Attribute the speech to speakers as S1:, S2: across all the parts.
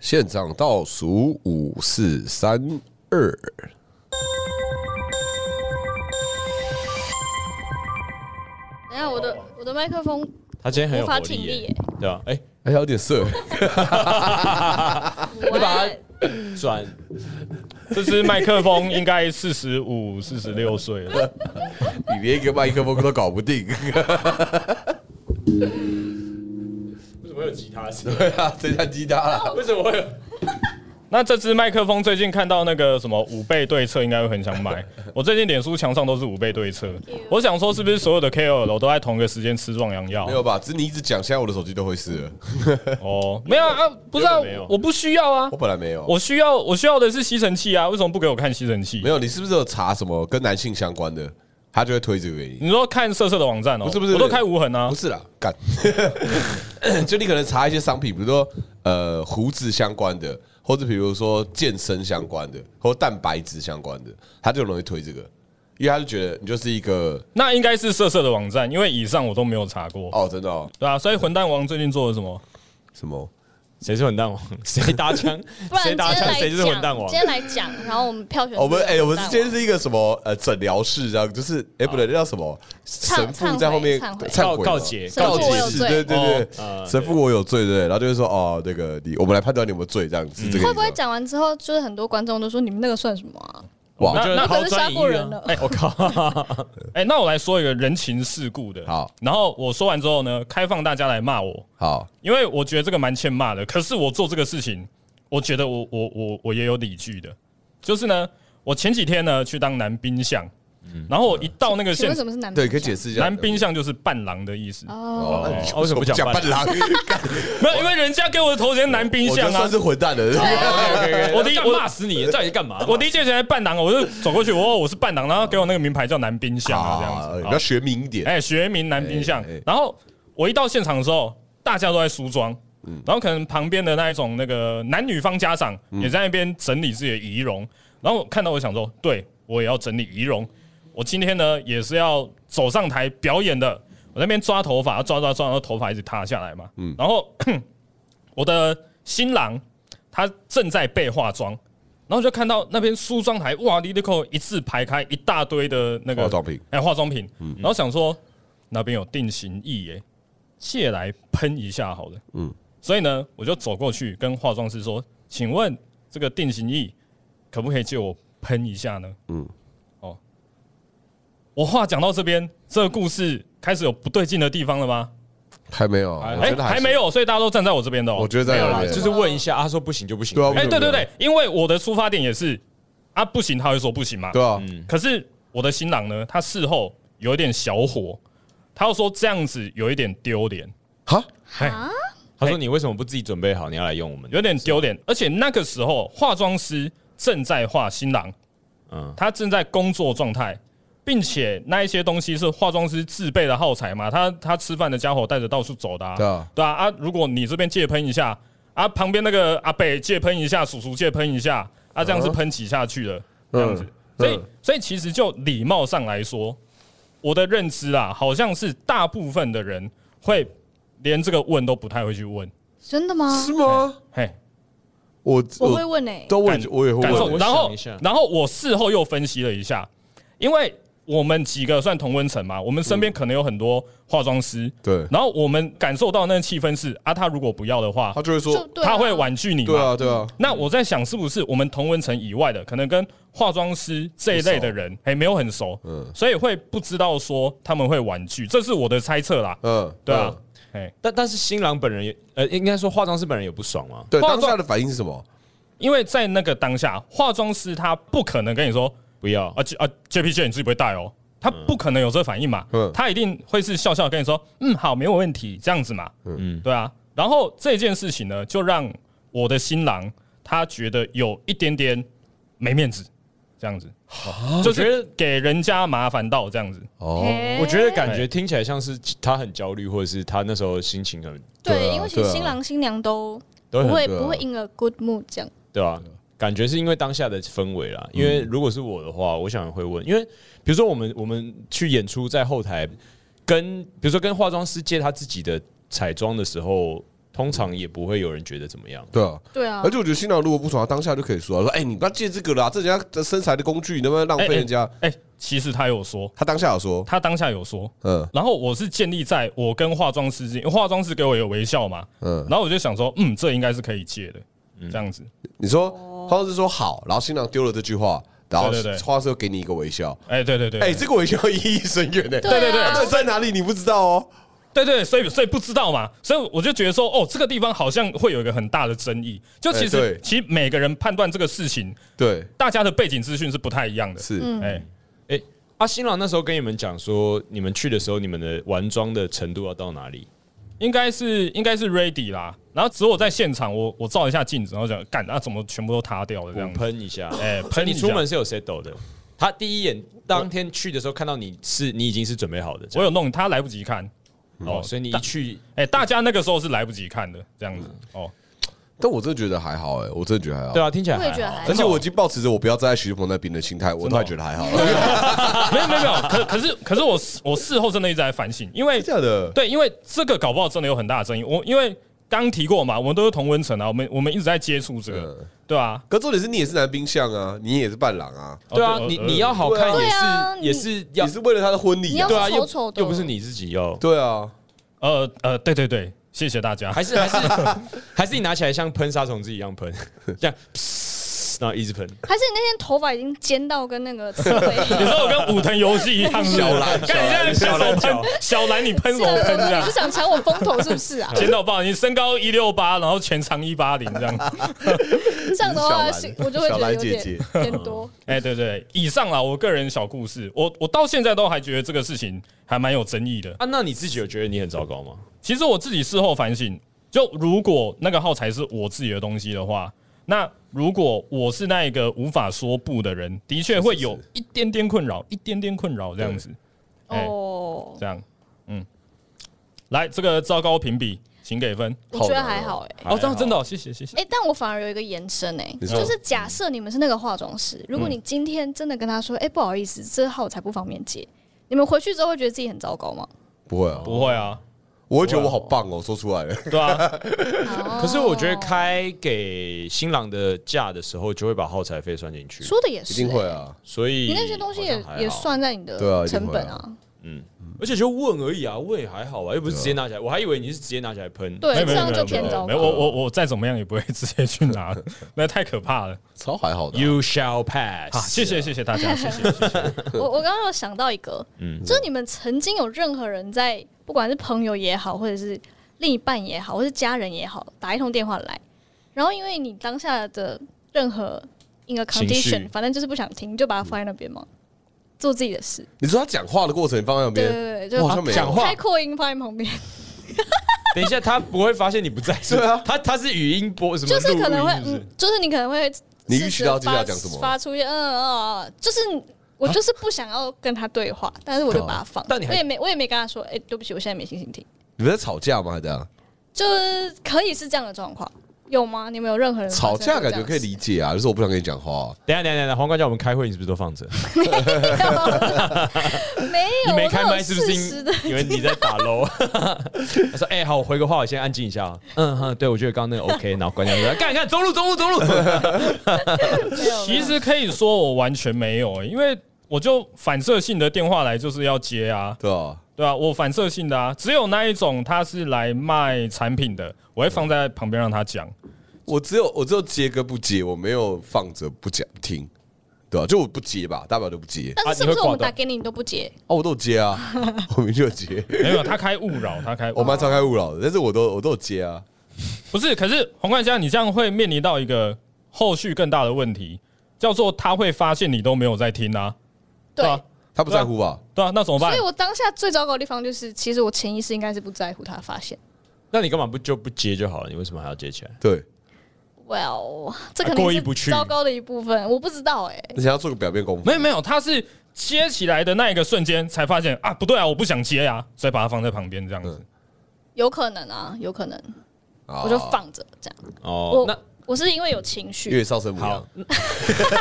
S1: 现场倒数五四三二，
S2: 等一下我的
S1: 哦
S2: 我的麦克风
S3: 他今天很有
S2: 无
S3: 活
S2: 法
S3: 力
S2: 挺立
S3: 耶、
S2: 耶，
S3: 对吧、哎、
S1: 哎，有点 涩，
S2: 我
S3: 把
S2: 要
S3: 它转
S4: 这支麦克风应该四十五、四十六岁了，
S1: 你连一个麦克风都搞不定。
S3: 为什么有吉他声？
S1: 对啊，这下鸡他了。
S3: 为什么会有？
S4: 那这支麦克风最近看到那个什么五倍对策，应该会很想买。我最近脸书墙上都是五倍对策，我想说是不是所有的 KOL 都在同一个时间吃壮阳药
S1: 没？有吧？只是你一直讲，现在我的手机都会湿了。
S4: 哦，没有啊，不是啊
S3: 根本没有，
S4: 我不需要啊
S1: 我，本来没有，
S4: 我需要我需要的是吸尘器啊，为什么不给我看吸尘器
S1: 没？有。你是不是有查什么跟男性相关的？他就会推这个给你。
S4: 你说看色色的网站哦，
S1: 不是不是
S4: 我都开无痕啊
S1: 不，是啦，干。 就你可能查一些商品，比如说呃胡子相关的，或者比如说健身相关的，或蛋白质相关的，他就容易推这个，因为他就觉得你就是一个
S4: 那应该是色色的网站，因为以上我都没有查过，
S1: 哦，真的哦，
S4: 对啊，所以混蛋王最近做了什么？
S1: 什么
S3: 谁是混蛋 王？谁搭枪？
S2: 不然
S3: 谁
S2: 今
S3: 搭
S2: 天
S3: 枪？
S2: 来
S3: 谁就是混蛋
S2: 讲，
S3: 王
S2: 今？天来讲，然后我们票选
S1: 我们哎、
S2: 谁是
S1: 我
S2: 混
S1: 们
S2: 蛋王
S1: 今天是一个什么呃诊疗室，这样就是哎、不对，那叫什么神父在后面
S2: 忏悔
S1: 忏悔
S3: 告告解
S1: 告
S2: 神父我有
S1: 解释，
S2: 罪
S1: 对对对，
S3: 哦啊
S1: 神父我有罪，对，然后就会说哦那个你，我们来判断你有没有罪，这样子，是这个
S2: 会不会
S1: 意思吗
S2: 讲完之后，就是很多观众都说你们那个算什么啊？
S3: 我们
S1: 哇？
S3: 就是
S2: 那
S3: 抛
S2: 可是
S3: 砖
S2: 杀
S3: 引
S2: 过
S3: 玉
S2: 人
S3: 啊
S2: 了！
S3: 哎，我 靠！
S4: 哎、那我来说一个人情世故的。
S1: 好，
S4: 然后我说完之后呢，开放大家来骂我，
S1: 好，
S4: 因为我觉得这个蛮欠骂的。可是我做这个事情，我觉得我我我我也有理据的。就是呢，我前几天呢去当男兵相，
S3: 嗯
S4: 然后我一到那个
S2: 请
S4: 现
S2: 问什么是男？
S1: 对，可以解。释一下
S4: 男兵相就是伴郎的意思，
S2: 哦，
S1: 哦，那你
S3: 为什么不讲
S1: 讲
S3: 伴
S1: 伴郎？干
S4: 没有，因为人家给我的头衔男兵
S1: 我觉
S4: 相
S1: 得
S4: 啊
S1: 算是。混蛋的。
S3: 我
S4: 我
S3: 第
S4: 第一
S3: 一我骂死你，到底在干嘛？
S4: 我第一届前伴郎，我就走过去，我说我是伴郎，然后给我那个名牌叫男兵相啊，这样
S1: 啊
S3: 哦
S4: 子。，
S1: 你要学明一点。
S4: 哎、学名男兵相
S1: 哎哎。
S4: 然后我一到现场的时候，大家都在梳妆，
S1: 嗯
S4: 然后可能旁边的那一种那个男女方家长也在那边整理自己的仪容。然后我看到我想说，对我也要整理仪容。我今天呢也是要走上台表演的。我在那边抓头发，抓抓抓，然后头发一直塌下来嘛。
S1: 嗯
S4: 然后 我的新郎他正在备化妆。然后就看到那边梳妆台，哇 l i l i c o 一字排开一大堆的那个
S1: 化妆品，
S4: 哎，化妆品，然后想说那边有定型液耶，借来喷一下好了。嗯，所以呢，我就走过去跟化妆师说：“请问这个定型液可不可以借我喷一下呢？”嗯，哦，我话讲到这边，这个故事开始有不对劲的地方了吗？
S1: 还没有，我
S4: 哎
S1: 觉，得
S4: 还没
S1: 有，
S4: 有，所以大家都站在我这边的哦。
S1: 我觉得在
S3: 没有
S1: 哪
S3: 啦，
S1: 里？
S3: 就是问一下，他说不行就不行。
S1: 对啊
S4: 哎，对对
S1: 对
S4: 对，因为我的出发点也是啊，不行他会说不行嘛。
S1: 对啊，
S4: 可是我的新郎呢，他事后有一点小火，他又说这样子有一点丢脸，
S1: 哈，
S2: 啊，
S3: 他说你为什么不自己准备好？你要来用我们的？
S4: 有点丢脸。而且那个时候化妆师正在化新郎，
S3: 嗯，
S4: 他正在工作状态，并且那一些东西是化妆师自备的耗材嘛，他他吃饭的家伙带着到处走的、啊，
S1: 对啊，
S4: 对啊啊！如果你这边借喷一下，啊旁边那个阿北借喷一下，叔叔借喷一下，啊这
S1: 嗯
S4: 样是喷几下去了，这样子。所以所以其实就礼貌上来说，我的认知啊，好像是大部分的人会连这个问都不太会去问，
S2: 真的吗？
S1: 是吗？
S4: 嘿，
S1: 我
S2: 我会问欸诶，
S1: 都问
S4: 感，
S1: 我也会
S4: 感
S1: 问
S4: 受。
S3: 我
S4: 然后
S3: 想一下
S4: 然后我事后又分析了一下，因为我们几个算同温层嘛，我们身边可能有很多化妆师，
S1: 对，
S4: 然后我们感受到那个气氛是啊，他如果不要的话
S1: 他，就会
S2: 就
S1: 说，
S2: 对啊，
S4: 他会婉拒你嘛，
S1: 对啊，对啊，
S4: 那我在想，是不是我们同文层以外的，可能跟化妆师这一类的人，哎、没有很熟，
S1: 嗯
S4: 所以会不知道说他们会婉拒，这是我的猜测啦。
S1: 嗯，
S4: 对啊
S1: 嗯，，
S4: 哎、
S3: 但但是新郎本人也，呃，应该说化妆师本人也不爽嘛。
S1: 对，
S4: 化
S1: 当
S4: 妆
S1: 下的反应是什么？
S4: 因为在那个当下，化妆师他不可能跟你说
S3: 不要
S4: 啊，J- 啊，JP 姐你自己不会戴哦，他不可能有这反应嘛，
S1: 嗯
S4: 他一定会是笑笑跟你说，嗯，好，没有问题，这样子嘛，嗯，对啊。然后这件事情呢，就让我的新郎他觉得有一点点没面子，这样子，哦就
S3: 我觉
S4: 是
S3: 得
S4: 给人家麻烦到这样子。
S1: 哦，
S2: 嘿，
S3: 我觉得感觉听起来像是他很焦虑，或者是他那时候心情很
S1: 对
S2: 对，
S1: 啊
S2: 因为其
S1: 对
S2: 实
S1: 啊
S2: 新郎新娘都
S3: 都
S2: 不
S3: 很
S2: 会
S1: 对啊
S2: 不会 in a good mood 这样。
S3: 对啊吧、感觉是因为当下的氛围啦。因为如果是我的话，我想会问，因为比如说我们我们去演出在后台跟比如说跟化妆师借他自己的彩妆的时候，通常也不会有人觉得怎么样。
S1: 对啊，
S2: 对啊
S1: 而，且我觉得新郎如果不爽，他当下就可以说啊，说哎，你不要借这个啦，这人家的身材的工具，你能不能浪费人家？
S4: 哎、其实他有说，
S1: 他当下有说，
S4: 他当下有说，
S1: 嗯
S4: 然后我是建立在我跟化妆师之间，因为化妆师给我有微笑嘛，
S1: 嗯，
S4: 然后我就想说，嗯，这应该是可以借的，这样子。
S1: 你说他是说好，然后新郎丢了这句话，然后
S4: 哦对对对
S1: 花师又给你一个微笑，
S4: 哎，对对对，
S1: 哎，这个微笑意义深远呢。
S4: 对对对
S2: 啊
S1: 那在哪里你不知道哦？
S4: 对对，所以所以不知道嘛，所以我就觉得说，哦，这个地方好像会有一个很大的争议。就其
S1: 哎
S4: 实
S1: 对，
S4: 其实每个人判断这个事情，
S1: 对，
S4: 大家的背景资讯是不太一样的。
S1: 是，
S4: 哎，
S3: 啊，新郎那时候跟你们讲说，你们去的时候，你们的玩妆的程度要到哪里？
S4: 应该是应该是 ready 啦，然后只有我在现场，我我照一下镜子，然后讲，干，那、怎么全部都塌掉了这
S3: 补
S4: 样子？
S3: 喷一下。
S4: 哎，
S3: 所以
S4: 喷
S3: 你
S4: 一
S3: 出
S4: 下
S3: 门是有 settle 的。他第一眼当天去的时候看到你是你已经是准备好的，这
S4: 我
S3: 样
S4: 有弄，他来不及看。
S3: 哦，所以你一去
S4: 哎、大家那个时候是来不及看的，这样子 哦。
S1: 但我真的觉得还好，哎，我真的觉得还好
S3: 对。啊，听起来
S2: 我也觉得
S3: 还好
S2: 还好
S1: 而且我已经保持着我不要站在徐志鹏那边的心态，我
S4: 真
S1: 倒
S4: 的哦
S1: 还觉得还好。真
S4: 没有没有没有，可可是可是我事我事后真的一直在反省，因为
S1: 的假的？
S4: 对，因为这个搞不好真的有很大的争议。我因为刚提过嘛，我们都是同温层啊，我们我们一直在接触这个，
S1: 嗯
S4: 对啊，
S1: 可重点是你也是男兵相啊，你也是伴郎啊，
S4: 哦
S3: 对啊
S4: 对，
S3: 你
S4: 呃
S3: 你要好看
S1: 对
S3: 也
S2: 啊
S3: 是也是要
S1: 你是为了他的婚礼
S2: 你要
S1: 啊。
S3: 对啊，
S2: 丑
S3: 又
S2: 丑的
S3: 又不是你自己哦要，
S1: 对啊，
S4: 呃呃，对对对，谢谢大家。
S3: 还是还是还是你拿起来像喷杀虫剂一样喷，这样， 噗然后一直喷。
S2: 还是你那天头发已经尖到跟那个刺猬一
S4: 你
S2: 样？
S4: 说我跟武藤游戏一样 是不是，
S1: 小兰
S4: 看你现在
S3: 小
S4: 小
S3: 兰
S4: 兰
S3: 小
S4: 喷小兰，你喷什么喷这
S2: 你
S4: 样
S2: 是？想抢我风头是不是啊？
S4: 剪到爆！你身高一六八，然后全长一八零这样。
S2: 这样的话，
S1: 小
S2: 是
S1: 兰
S2: 我就会觉
S1: 小
S2: 得
S1: 兰
S2: 有点
S1: 姐姐
S2: 偏多。
S4: 哎、对对，以上啦，我个人小故事，我我到现在都还觉得这个事情还蛮有争议的。
S3: 啊，那你自己有觉得你很糟糕吗？
S4: 其实我自己事后反省，就如果那个耗材是我自己的东西的话，那如果我是那一个无法说不的人，的确会有一点点困扰，一点点困扰这样子，
S1: 嗯
S4: 哎
S2: 哦，
S4: 这样，嗯，来这个糟糕评比，请给分。
S2: 我觉得还好哎。
S4: 哦，真的真的、哦，谢谢谢谢。
S2: 哎、但我反而有一个延伸哎、
S1: 你说嗯
S2: 就是假设你们是那个化妆师，如果你今天真的跟他说，哎、不好意思，这号才不方便接，你们回去之后会觉得自己很糟糕吗？
S1: 不会啊，
S4: 不会啊，
S1: 我会觉得我好棒哦，说出来了。
S4: 对啊，
S2: 可
S3: 可是我觉得
S2: 哦
S3: 开给新郎的价的时候，就会把耗材费算进去，
S2: 说的也是、
S1: 一定会，啊，
S3: 所以
S2: 你那些东西
S3: 好
S2: 也
S3: 像还好
S2: 也，算在你
S1: 对啊
S2: 的
S1: 一定
S2: 成
S1: 会啊
S2: 本啊。
S3: 而且就问而已啊，问也还好吧，又不是直接拿起来，我还以为你是直接拿起来喷。
S2: 对，
S4: 没
S2: 这
S4: 有没有
S2: 样
S4: 没
S2: 就
S4: 有
S2: 偏糟
S4: 没有我
S2: 糕。
S4: 我我再怎么样也不会直接 去拿，那太可怕了。
S1: 超还好的啊。
S3: You shall
S4: 好，
S3: pass。
S4: 啊谢谢谢谢大 家，谢谢谢谢。
S2: 我我刚刚有想到一个，
S3: 嗯
S2: 就是你们曾经有任何人在，不管是朋友也好，或者是另一半也好，或是家人也好，打一通电话来，然后因为你当下的任何一个
S3: 情绪
S2: condition，反正就是不想听，你就把它放在那边嘛，做自己的事。
S1: 你说他讲话的过程你放在那
S2: 对
S1: 边，
S2: 对对，
S1: 我
S2: 就
S1: 好像没有
S3: 讲话
S2: 开扩音放在旁
S3: 哦
S2: 边，
S3: 等一下，他不会发现你不在，是
S1: 对啊
S3: 他他是语音播什么录？
S2: 就是可能会
S3: 录音，是不是
S2: 嗯，就是你可能会，
S1: 你预期到接下来讲什么
S2: 发出一些嗯嗯嗯，就是我就是不想要跟他对话，但是我就把它放，
S3: 但你还
S2: 我也没我也没跟他说，哎，对不起，我现在没心情听。
S1: 你们在吵架吗？还这样
S2: 就是可以是这样的状况，有吗？你们有任何人
S1: 吵架感觉可以
S2: 理
S1: 理解啊，就是我不想跟你讲话啊。
S3: 等一下等一下等一下，皇冠叫我们开会，你是不是都放着？
S2: 没有？
S3: 你没开麦是不是
S2: 我都有适时的？
S3: 因因为你在打 low？他说：“哎、好，我回个话，我先安静一下啊。”嗯哼，对，我觉得刚刚那个 OK，然后关掉 说：“干干中路中路中路。
S2: 没有
S4: 其实可以说我完全没有、欸，因为我就反射性的电话来就是要接啊，
S1: 对啊，
S4: 对啊，我反射性的啊，只有那一种他是来卖产品的，我会放在旁边让他讲。
S1: 我只有我只有接跟不接，我没有放着不讲不听，对啊，就我不接吧，大不了就不 接
S2: 但
S3: 啊
S2: 是是不
S3: 你
S2: 是
S3: 会
S2: 我
S3: 挂
S2: 们
S3: 断
S2: 打给你你都不接？
S1: 啊，我都有接啊， 我明就有接，
S4: 没有，他开勿扰，他开勿
S1: 我
S4: 扰
S1: 蛮常开勿扰的，但是我都我都有接啊，
S4: 不是，可是黄冠佳，你这样会面临到一个后续更大的问题，叫做他会发现你都没有在听啊，
S2: 对，
S4: 啊，
S1: 他不在乎吧？
S4: 对啊，那怎么办
S2: 所以？我当下最糟糕的地方就是，其实我潜意识应该是不在乎他发现。”
S3: 那你干嘛不就不接就好了？你为什么还要接起来？
S1: 对，
S2: Well，这
S3: 啊
S2: 可
S3: 过意
S2: 能
S3: 不
S2: 是
S3: 去
S2: 糟糕的一部分，我不知道哎、
S1: 你想要做个表面功夫，
S4: 没有没有，他是接起来的那一个瞬间才发现啊，不对啊，我不想接啊，所以把它放在旁边这样子。
S2: 有可能啊，有可能，
S1: 啊
S2: 我就，放着这样。
S3: 哦，那
S2: 我我是因为有情绪，
S1: 月少生不一样
S3: 好，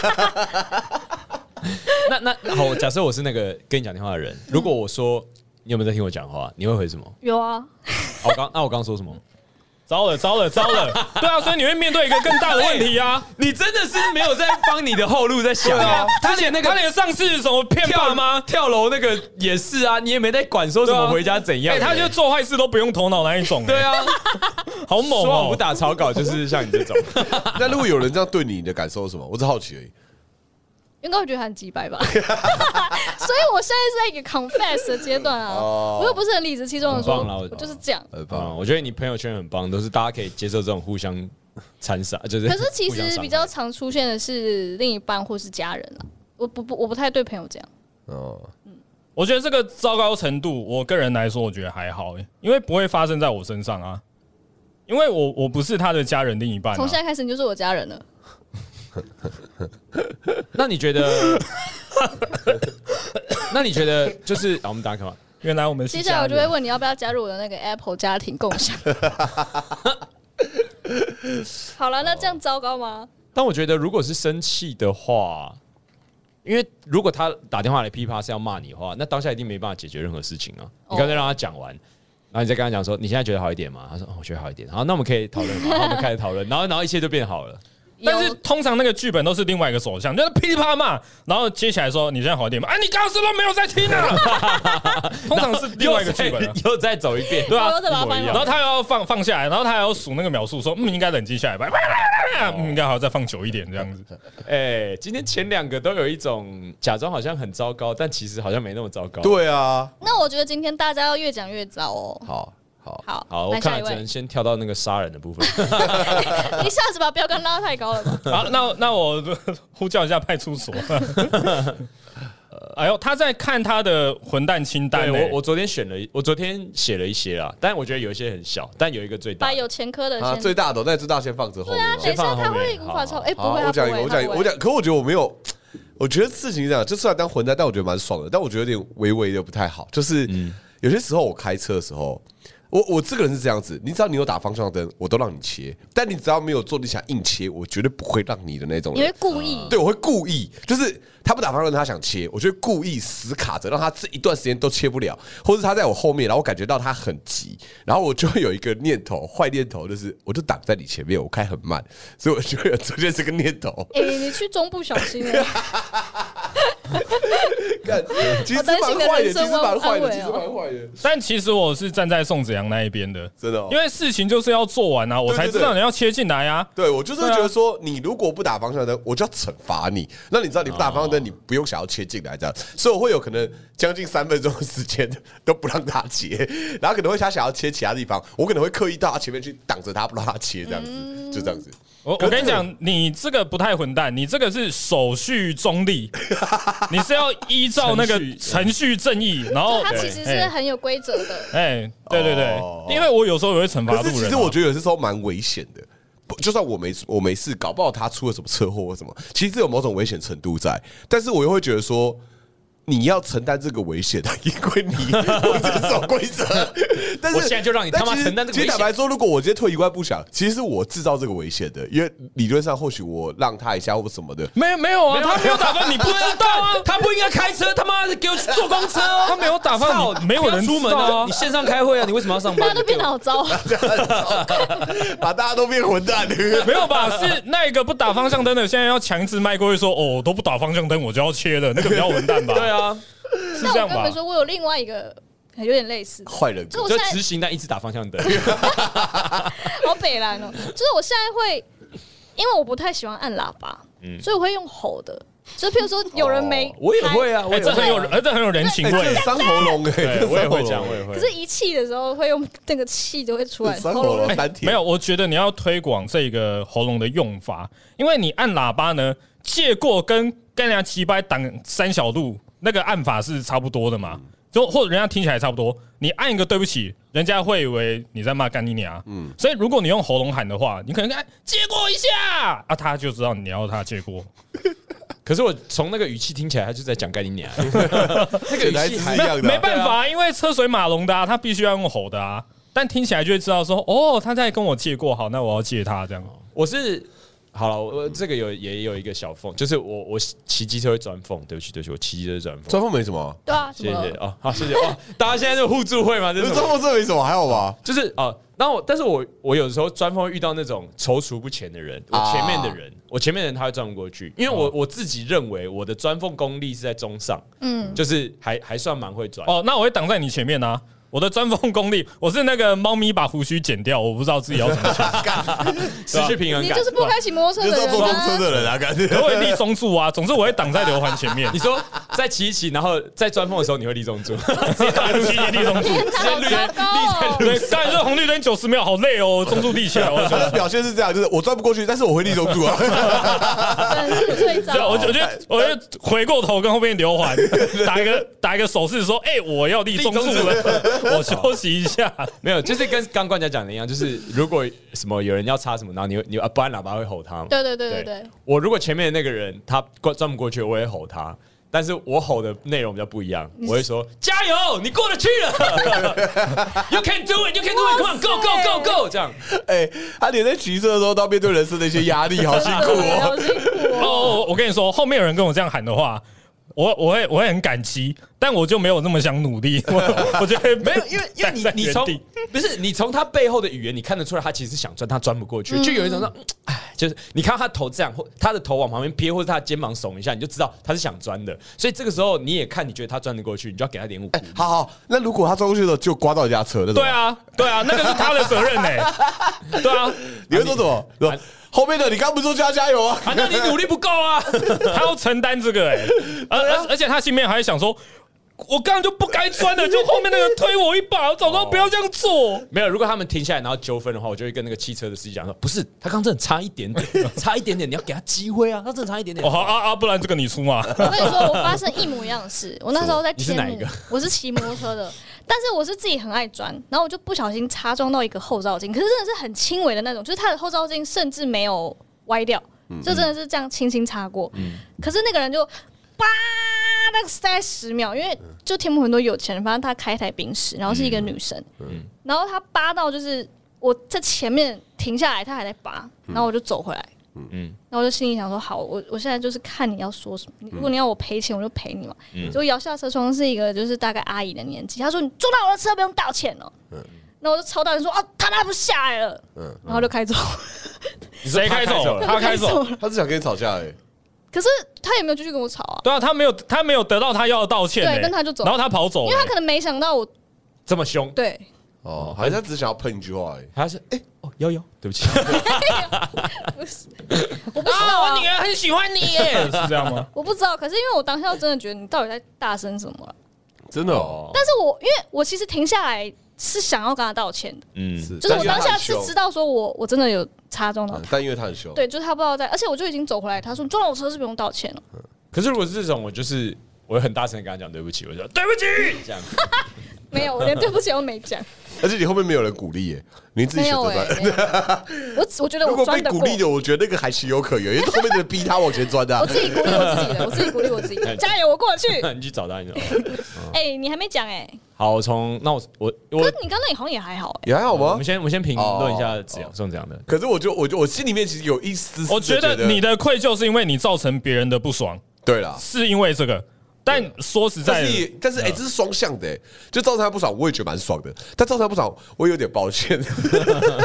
S3: 那那那好，假设我是那个跟你讲电话的人，如果我说你有没有在听我讲话，你会回什么？
S2: 有啊，
S3: 哦，我刚那我刚说什么？
S4: 糟了，糟了，糟 了！对啊，所以你会面对一个更大的问题啊！
S3: 你真的是没有在帮你的后路在 想、
S4: 对啊
S3: 欸，之前那个
S4: 他连上次什么骗爸
S3: 跳
S4: 妈，啊
S3: 跳楼那个也是啊，你也没在管说什
S4: 对
S3: 么
S4: 啊
S3: 回家怎样、
S4: 哎，他就做坏事都不用头脑那一种，
S3: 欸对
S4: 哎，
S3: 啊，
S4: 好猛
S3: 说好
S4: 哦
S3: 不！打草稿就是像你这种，
S1: 那如果有人这样对你，你的感受是什么？我只好奇而已。
S2: 应该会觉得他很鸡掰吧。 所以我现在是在一个 confess 的阶段啊，
S1: 哦
S2: 我又不是很理直气壮的说，
S3: 很棒啦我
S2: 我就是这样。
S1: 很棒
S3: 啊，，我觉得你朋友圈很棒，都是大家可以接受这种互相残杀，就是
S2: 可是其
S3: 互相
S2: 实
S3: 伤
S2: 比
S3: 害
S2: 较常出现的是另一半或是家人啦。我不不，我不太对朋友这样。
S1: 哦，
S4: 我觉得这个糟糕程度，我个人来说，我觉得还好，哎因为不会发生在我身上啊，因为我我不是他的家人另一半
S3: 哎
S4: 啊
S2: 从。现在开始你就是我家人了。
S3: 那你觉得？ 那你觉得就是啊，我们打个卡吧。
S4: 原来我们是
S2: 接下来我就会
S4: 家人
S2: 问你要不要加入我的那个 Apple 家庭共 享。好
S3: 哦
S2: 了，那这样糟糕吗？
S3: 但我觉得如果是生气的话，因为如果他打电话来噼啪是要骂你的话，那当下一定没办法解决任何事情啊。
S2: 哦
S3: 你刚才让他讲完。然后你再跟他讲说，你现在觉得好一点吗？他说，哦，我觉得好一点。好，那我们可以讨 论嘛，好我们开始讨论，然后，然后一切就变好了。
S4: 但是
S2: 有
S4: 通常那个剧本都是另外一个走向，就是噼里啪啦骂，然后接起来说你现在好一点吗？啊，你刚刚是不是没有在听啊？ 通常是另外一个剧本啊、
S3: 又再又再走一遍，哦
S4: 对啊
S2: 我又再把它
S3: 一模
S2: 翻
S3: 一
S2: 回
S3: 样
S4: 然后他要放放下来，然后他还要数那个秒数，说嗯应该冷静下来吧，嗯应该还要再放久一点这样 子。
S3: 哎、今天前两个都有一种假装好像很糟糕，但其实好像没那么糟糕。，
S1: 对啊，
S2: 那我觉得今天大家要越讲越糟哦。
S1: 好好，
S2: 好，
S3: 好，我
S2: 来下
S3: 看
S2: 一
S3: 了只
S2: 位
S3: 能，先跳到那个杀人的部分。
S2: 一下子把标杆拉太高了
S3: 啊
S2: 吧？
S4: 好，那那我呼叫一下派出所。 哎呦，他在看他的混蛋清单、
S3: 对
S4: 欸，
S3: 我，我昨天选了一，我昨天写了一些啊，但我觉得有一些很小，但有一个最大
S2: 把。有前科的
S1: 啊，
S2: 先
S1: 最大的那最大先放着后面吧。
S2: 啊等一下他会
S3: 先
S2: 无
S3: 放后面
S2: 法超，
S3: 好
S2: 哎，不
S1: 好，
S2: 会，
S1: 我
S2: 他
S1: 讲一
S2: 不
S1: 个，
S2: 会，
S1: 我讲一
S2: 他
S1: 个，
S2: 不会
S1: 我讲。可我觉得我没有，我觉得事情是这样，就虽然当混蛋，但我觉得蛮爽的，但我觉得有点微微的不太好。就是有些时候我开车的时候，我我这个人是这样子，你只要你有打方向灯，我都让你切；但你只要没有做你想硬切，我绝对不会让你的那种
S2: 你会
S1: 人。
S2: 故意
S1: 对，我会故意，就是他不打方向灯，他想切，我就会故意死卡着，让他这一段时间都切不了，或是他在我后面，然后我感觉到他很急，然后我就会有一个念头，坏念头就是我就挡在你前面，我开很慢，所以我就会有出现这个念头。
S2: 哎、你去中部小心哎、
S1: 干，其实
S2: 好担
S1: 蛮
S2: 心的
S1: 坏的，
S2: 人
S1: 其
S2: 生
S1: 实蛮坏的，
S2: 安慰
S1: 其实
S2: 哦
S1: 蛮坏的，
S4: 但其实我是站在宋子阳那一边的，
S1: 真的哦
S4: 因。为事情就是要做完啊，我才
S1: 对对对
S4: 知道你要切进来啊。
S1: 对，我就是会觉得说，你如果不打方向灯，我就要惩罚你。那你知道你不打方向灯，你不用想要切进来这样，所以我会有可能将近三分钟的时间 都不让他切，然后可能会他想要切其他地方，我可能会刻意到他前面去挡着他，不让他切这样子，就这样子。
S4: 我我跟你讲，你这个不太混蛋，你这个是手续中 立，你是要依照那个
S3: 程序
S4: 程序正义，然后
S2: 他其实是很有规则 的。
S4: 哎，对对对
S1: 哦，
S4: 因为我有时候也会惩罚
S1: 可
S4: 路
S1: 是
S4: 人啊。
S1: 其实我觉得有些时候蛮危险的，不就算我没我没事，搞不好他出了什么车祸或什么，其实有某种危险程度在，但是我又会觉得说。你要承担这个危险，啊 因为你我遵守规则。但是
S3: 我现在就让你
S1: 但
S3: 他妈
S1: 其实
S3: 承担这个
S1: 其实
S3: 危
S1: 坦
S3: 险
S1: 白说，如果我今天退一万步想，其实是我制造这个危险的，因为理论上或许我让他一下或什么的，
S4: 没有没有啊，他没有打翻，你不知道啊，
S3: 他不应该开车，他妈的给我去坐公车哦！
S4: 他没有打翻
S3: 操
S4: 你没有人
S3: 不要出门
S4: 知道
S3: 啊
S4: 啊！
S3: 你线上开会啊？你为什么要上
S2: 大
S3: 班？
S2: 家都变得好糟啊！
S1: 把大家都变混蛋。
S4: 没有吧？是那个不打方向灯的，现在要强制迈过去说，哦，都不打方向灯，我就要切了，那个比较混蛋吧？
S3: 对，啊，
S4: 是
S2: 但我
S4: 这样
S2: 跟你
S4: 吧
S2: 们？说，我有另外一个有点类似的，
S1: 坏人格，
S2: 就我
S3: 就
S2: 现在
S3: 执行但一直打方向灯。
S2: 好北蓝哦，就是我现在会，因为我不太喜欢按喇叭，所以我会用吼的。就譬如说有人没、
S1: 哦
S3: 我也会啊，我
S4: 哎，
S3: 也
S4: 这很
S3: 会。
S4: 有，哎，这很有人情
S1: 哎，这是。
S4: 味
S1: 伤喉咙哎，
S3: 对，我也会
S1: 这
S3: 这
S1: 样
S3: 样，我也会
S2: 可。是一气的时候会用那个气就会出来，
S1: 伤
S2: 喉
S1: 喉
S2: 咙
S1: 咙
S2: 就
S1: 三天
S4: 没有，我觉得你要推广这个喉咙的用法，因为你按喇叭呢，借过跟跟人家骑掰挡三小路那个按法是差不多的
S1: 嗯
S4: 嘛，就或者人家听起来差不多，你按一个对不起，人家会以为你在骂干你娘。嗯，所以如果你用喉咙喊的话，你可能按哎借过一下啊，他就知道你要他借过。
S3: 可是我从那个语气听起来，他就在讲概念娘。那个
S1: 本来
S3: 语气
S1: 是
S3: 还
S1: 一样的
S4: 没
S1: 啊。
S4: 办法、因为车水马龙的、啊，他必须要用吼的啊。但听起来就会知道说，哦，他在跟我借过，好，那我要借他这样。
S3: 我是好了，我这个有也有一个小缝，就是我我骑机车会钻缝，对不起对不起，我骑机车会钻缝。
S1: 钻缝没什么啊，
S2: 对啊，怎
S3: 谢
S2: 么
S3: 谢
S2: 了？
S3: 哦，好谢谢哦，大家现在是互助会吗？这
S1: 可是
S3: 是什
S1: 钻
S3: 么
S1: 缝这没什么，还好吧？
S3: 就是哦，然后我但是我我有时候钻缝会遇到那种踌躇不前的人，我前面的人，我前面的人他会钻不过去，因为我我自己认为我的钻缝功力是在中上，
S2: 嗯，
S3: 就是还还算蛮会钻。
S4: 哦，那我会挡在你前面啊。我的钻缝功力，我是那个猫咪把胡须剪掉，我不知道自己要怎么剪，
S3: 失去平衡
S2: 你
S3: 感。
S2: 就是不该骑摩托
S1: 就
S2: 车
S1: 是
S2: 的
S1: 要坐
S2: 人
S1: 公车
S2: 啊。
S1: 的人啊，感觉
S4: 可我会立中柱啊。总之我会挡在刘环前 面
S3: 你，说在骑一骑，然后在钻缝的时候，你会立中柱，
S4: 直接打直接立中柱。
S2: 天哪，好糟糕哦！
S4: 对，当然这红绿灯九十秒，好累哦，中柱立起来，我要休
S1: 他 的
S4: 息
S1: 表现是这样，就是我钻不过去，但是我会立中柱 啊。
S2: 真是最
S4: 对，
S2: 糟
S4: 我。就我就我就回过头跟后面刘环打一个打一个手势说：“哎、我要立中柱 了，我休息一下。
S3: 没有，就是跟刚冠家讲的一样，就是如果什么有人要插什么，然后你会你啊，不然喇叭会吼他嘛。
S2: 对对对对对，
S3: 我如果前面的那个人他过转不过去，我会吼他，但是我吼的内容比较不一样，我会说加油，你过得去 了，You can do it, You can do it, Come on, go, go, go, go，这样。
S1: 哎，他连在骑车的时候，到面对人生的一些压力，好辛 苦哦。
S2: 好辛苦”
S4: 哦，
S2: 哦。
S4: 我我跟你说，后面有人跟我这样喊的话，我我会我会很感激，但我就没有那么想努 力。我我觉得
S3: 没有，因为因
S4: 待
S3: 为
S4: 在
S3: 你你
S4: 原
S3: 从
S4: 地
S3: 不是你从他背后的语言，你看得出来他其实想钻，他钻不过
S2: 嗯
S3: 去，就有一种那种，哎，就是你看他头这样，或他的头往旁边撇，或者他的肩膀耸一下，你就知道他是想钻的。所以这个时候你也看，你觉得他钻得过去，你就要给他点五鼓
S1: 哎，好好，那如果他钻过去的时候就刮到人家车，那怎么
S4: 对
S1: 办，
S4: 啊对啊，那个是他的责任呢、对啊，
S1: 你会说什么？说后面的你刚不是说加加油啊？
S3: 啊，那你努力不够啊！
S4: 他要承担这个哎、而而而且他心里面还会想说。我刚刚就不该穿的，就后面那个推我一把，我早知道不要这样做。
S3: 没有，如果他们停下来然后纠纷的话，我就会跟那个汽车的司机讲说，不是，他刚真的差一点点，差一点点，你要给他机会啊，他真的差一点
S4: 哦，
S3: 点。
S4: 好啊啊，不然这个你出嘛。
S2: 我跟你说，我发生一模一样的事。我那时候在天
S3: 你是
S2: 母
S3: 哪一，
S2: 我是骑摩托车的，但是我是自己很爱钻，然后我就不小心插撞到一个后照镜，可是真的是很轻微的那种，就是它的后照镜甚至没有歪掉，就真的是这样轻轻擦过。可是那个人就叭，那个大概十秒，因为就天母很多有钱人，反正她开一台宾士，然后是一个女生，然后她扒到就是我在前面停下来，她还在扒，然后我就走回来。
S3: 啊
S1: 哦嗯
S2: 然后我就心里想说，好，我我现在就是看你要说什么。你如果你要我赔钱，我就赔你嘛。结果摇下车窗是一个就是大概阿姨的年纪，她说你撞到我的车不用道歉哦。然后我就超大声说啊，他那不下来了。然后就开走，
S4: 谁开走？他开走。
S2: 了。
S1: 他是想跟你吵架哎。
S2: 可是他也没有继续跟我吵啊，
S4: 对啊，他没有，他没有得到他要的道歉、欸，
S2: 对跟他就走
S4: 然后他跑走、
S2: 因
S4: 欸
S2: 为他。可能没想到我
S3: 这么凶，
S2: 对，
S1: 哦，好像只是想要喷一句话而已。
S3: 他是哎、哦悠悠，对不起，
S2: 我不知道啊，
S3: 儿很喜欢你耶。
S4: 是这样吗？
S2: 我不知道。可是因为我当下真的觉得你到底在大声什么了。
S1: 真的哦，
S2: 但是我因为我其实停下来是想要跟他道歉的，
S3: 嗯，
S1: 是
S2: 就是
S1: 但
S2: 我
S1: 因为
S2: 当
S1: 他
S2: 下
S1: 很
S2: 是
S1: 凶
S2: 知道说我我真的有擦撞到他
S1: 嗯。但因为他很凶，
S2: 对，就是他不知道在，而且我就已经走回来，他说撞我车是不用道歉了。
S3: 可是如果是这种，我就是我会很大声地跟他讲对不起，我就说对不起，这样。
S2: 没有，我连对不起都没讲，
S1: 而且你后面没有人鼓励耶，你 自己
S2: 没
S1: 选
S2: 有
S1: 择
S2: 哎、
S1: 的。
S2: 没有 我我觉得
S1: 如
S2: 我
S1: 果
S2: 钻
S1: 被
S2: 得
S1: 鼓
S2: 过，
S1: 励的，我觉得那个还情有可原，因为后面的人逼他往前钻的啊
S2: 我。自己鼓励我自己的，我自己鼓励我自己， 加油，我过去。
S3: 那你去找他，你知道吗
S2: 哎、你还没讲哎、
S3: 好，我从那我我
S2: 可
S3: 我
S2: 是，你刚刚也好像也还好哎、
S1: 也还好
S3: 我
S1: 吗
S3: 们？先我们先评论一下
S1: 哦
S3: 子阳宋这样的。
S1: 可是我就我就我心里面其实有一丝丝的，
S4: 我觉得你
S1: 的
S4: 的愧疚是因为你造成别人的不爽，
S1: 对啦。
S4: 是因为这个。但说实在
S1: 但
S4: 的，
S1: 是也但是哎、这是双向的、哎就造成他不爽，我也觉得蛮爽的。但造成他不爽，我也有点抱歉。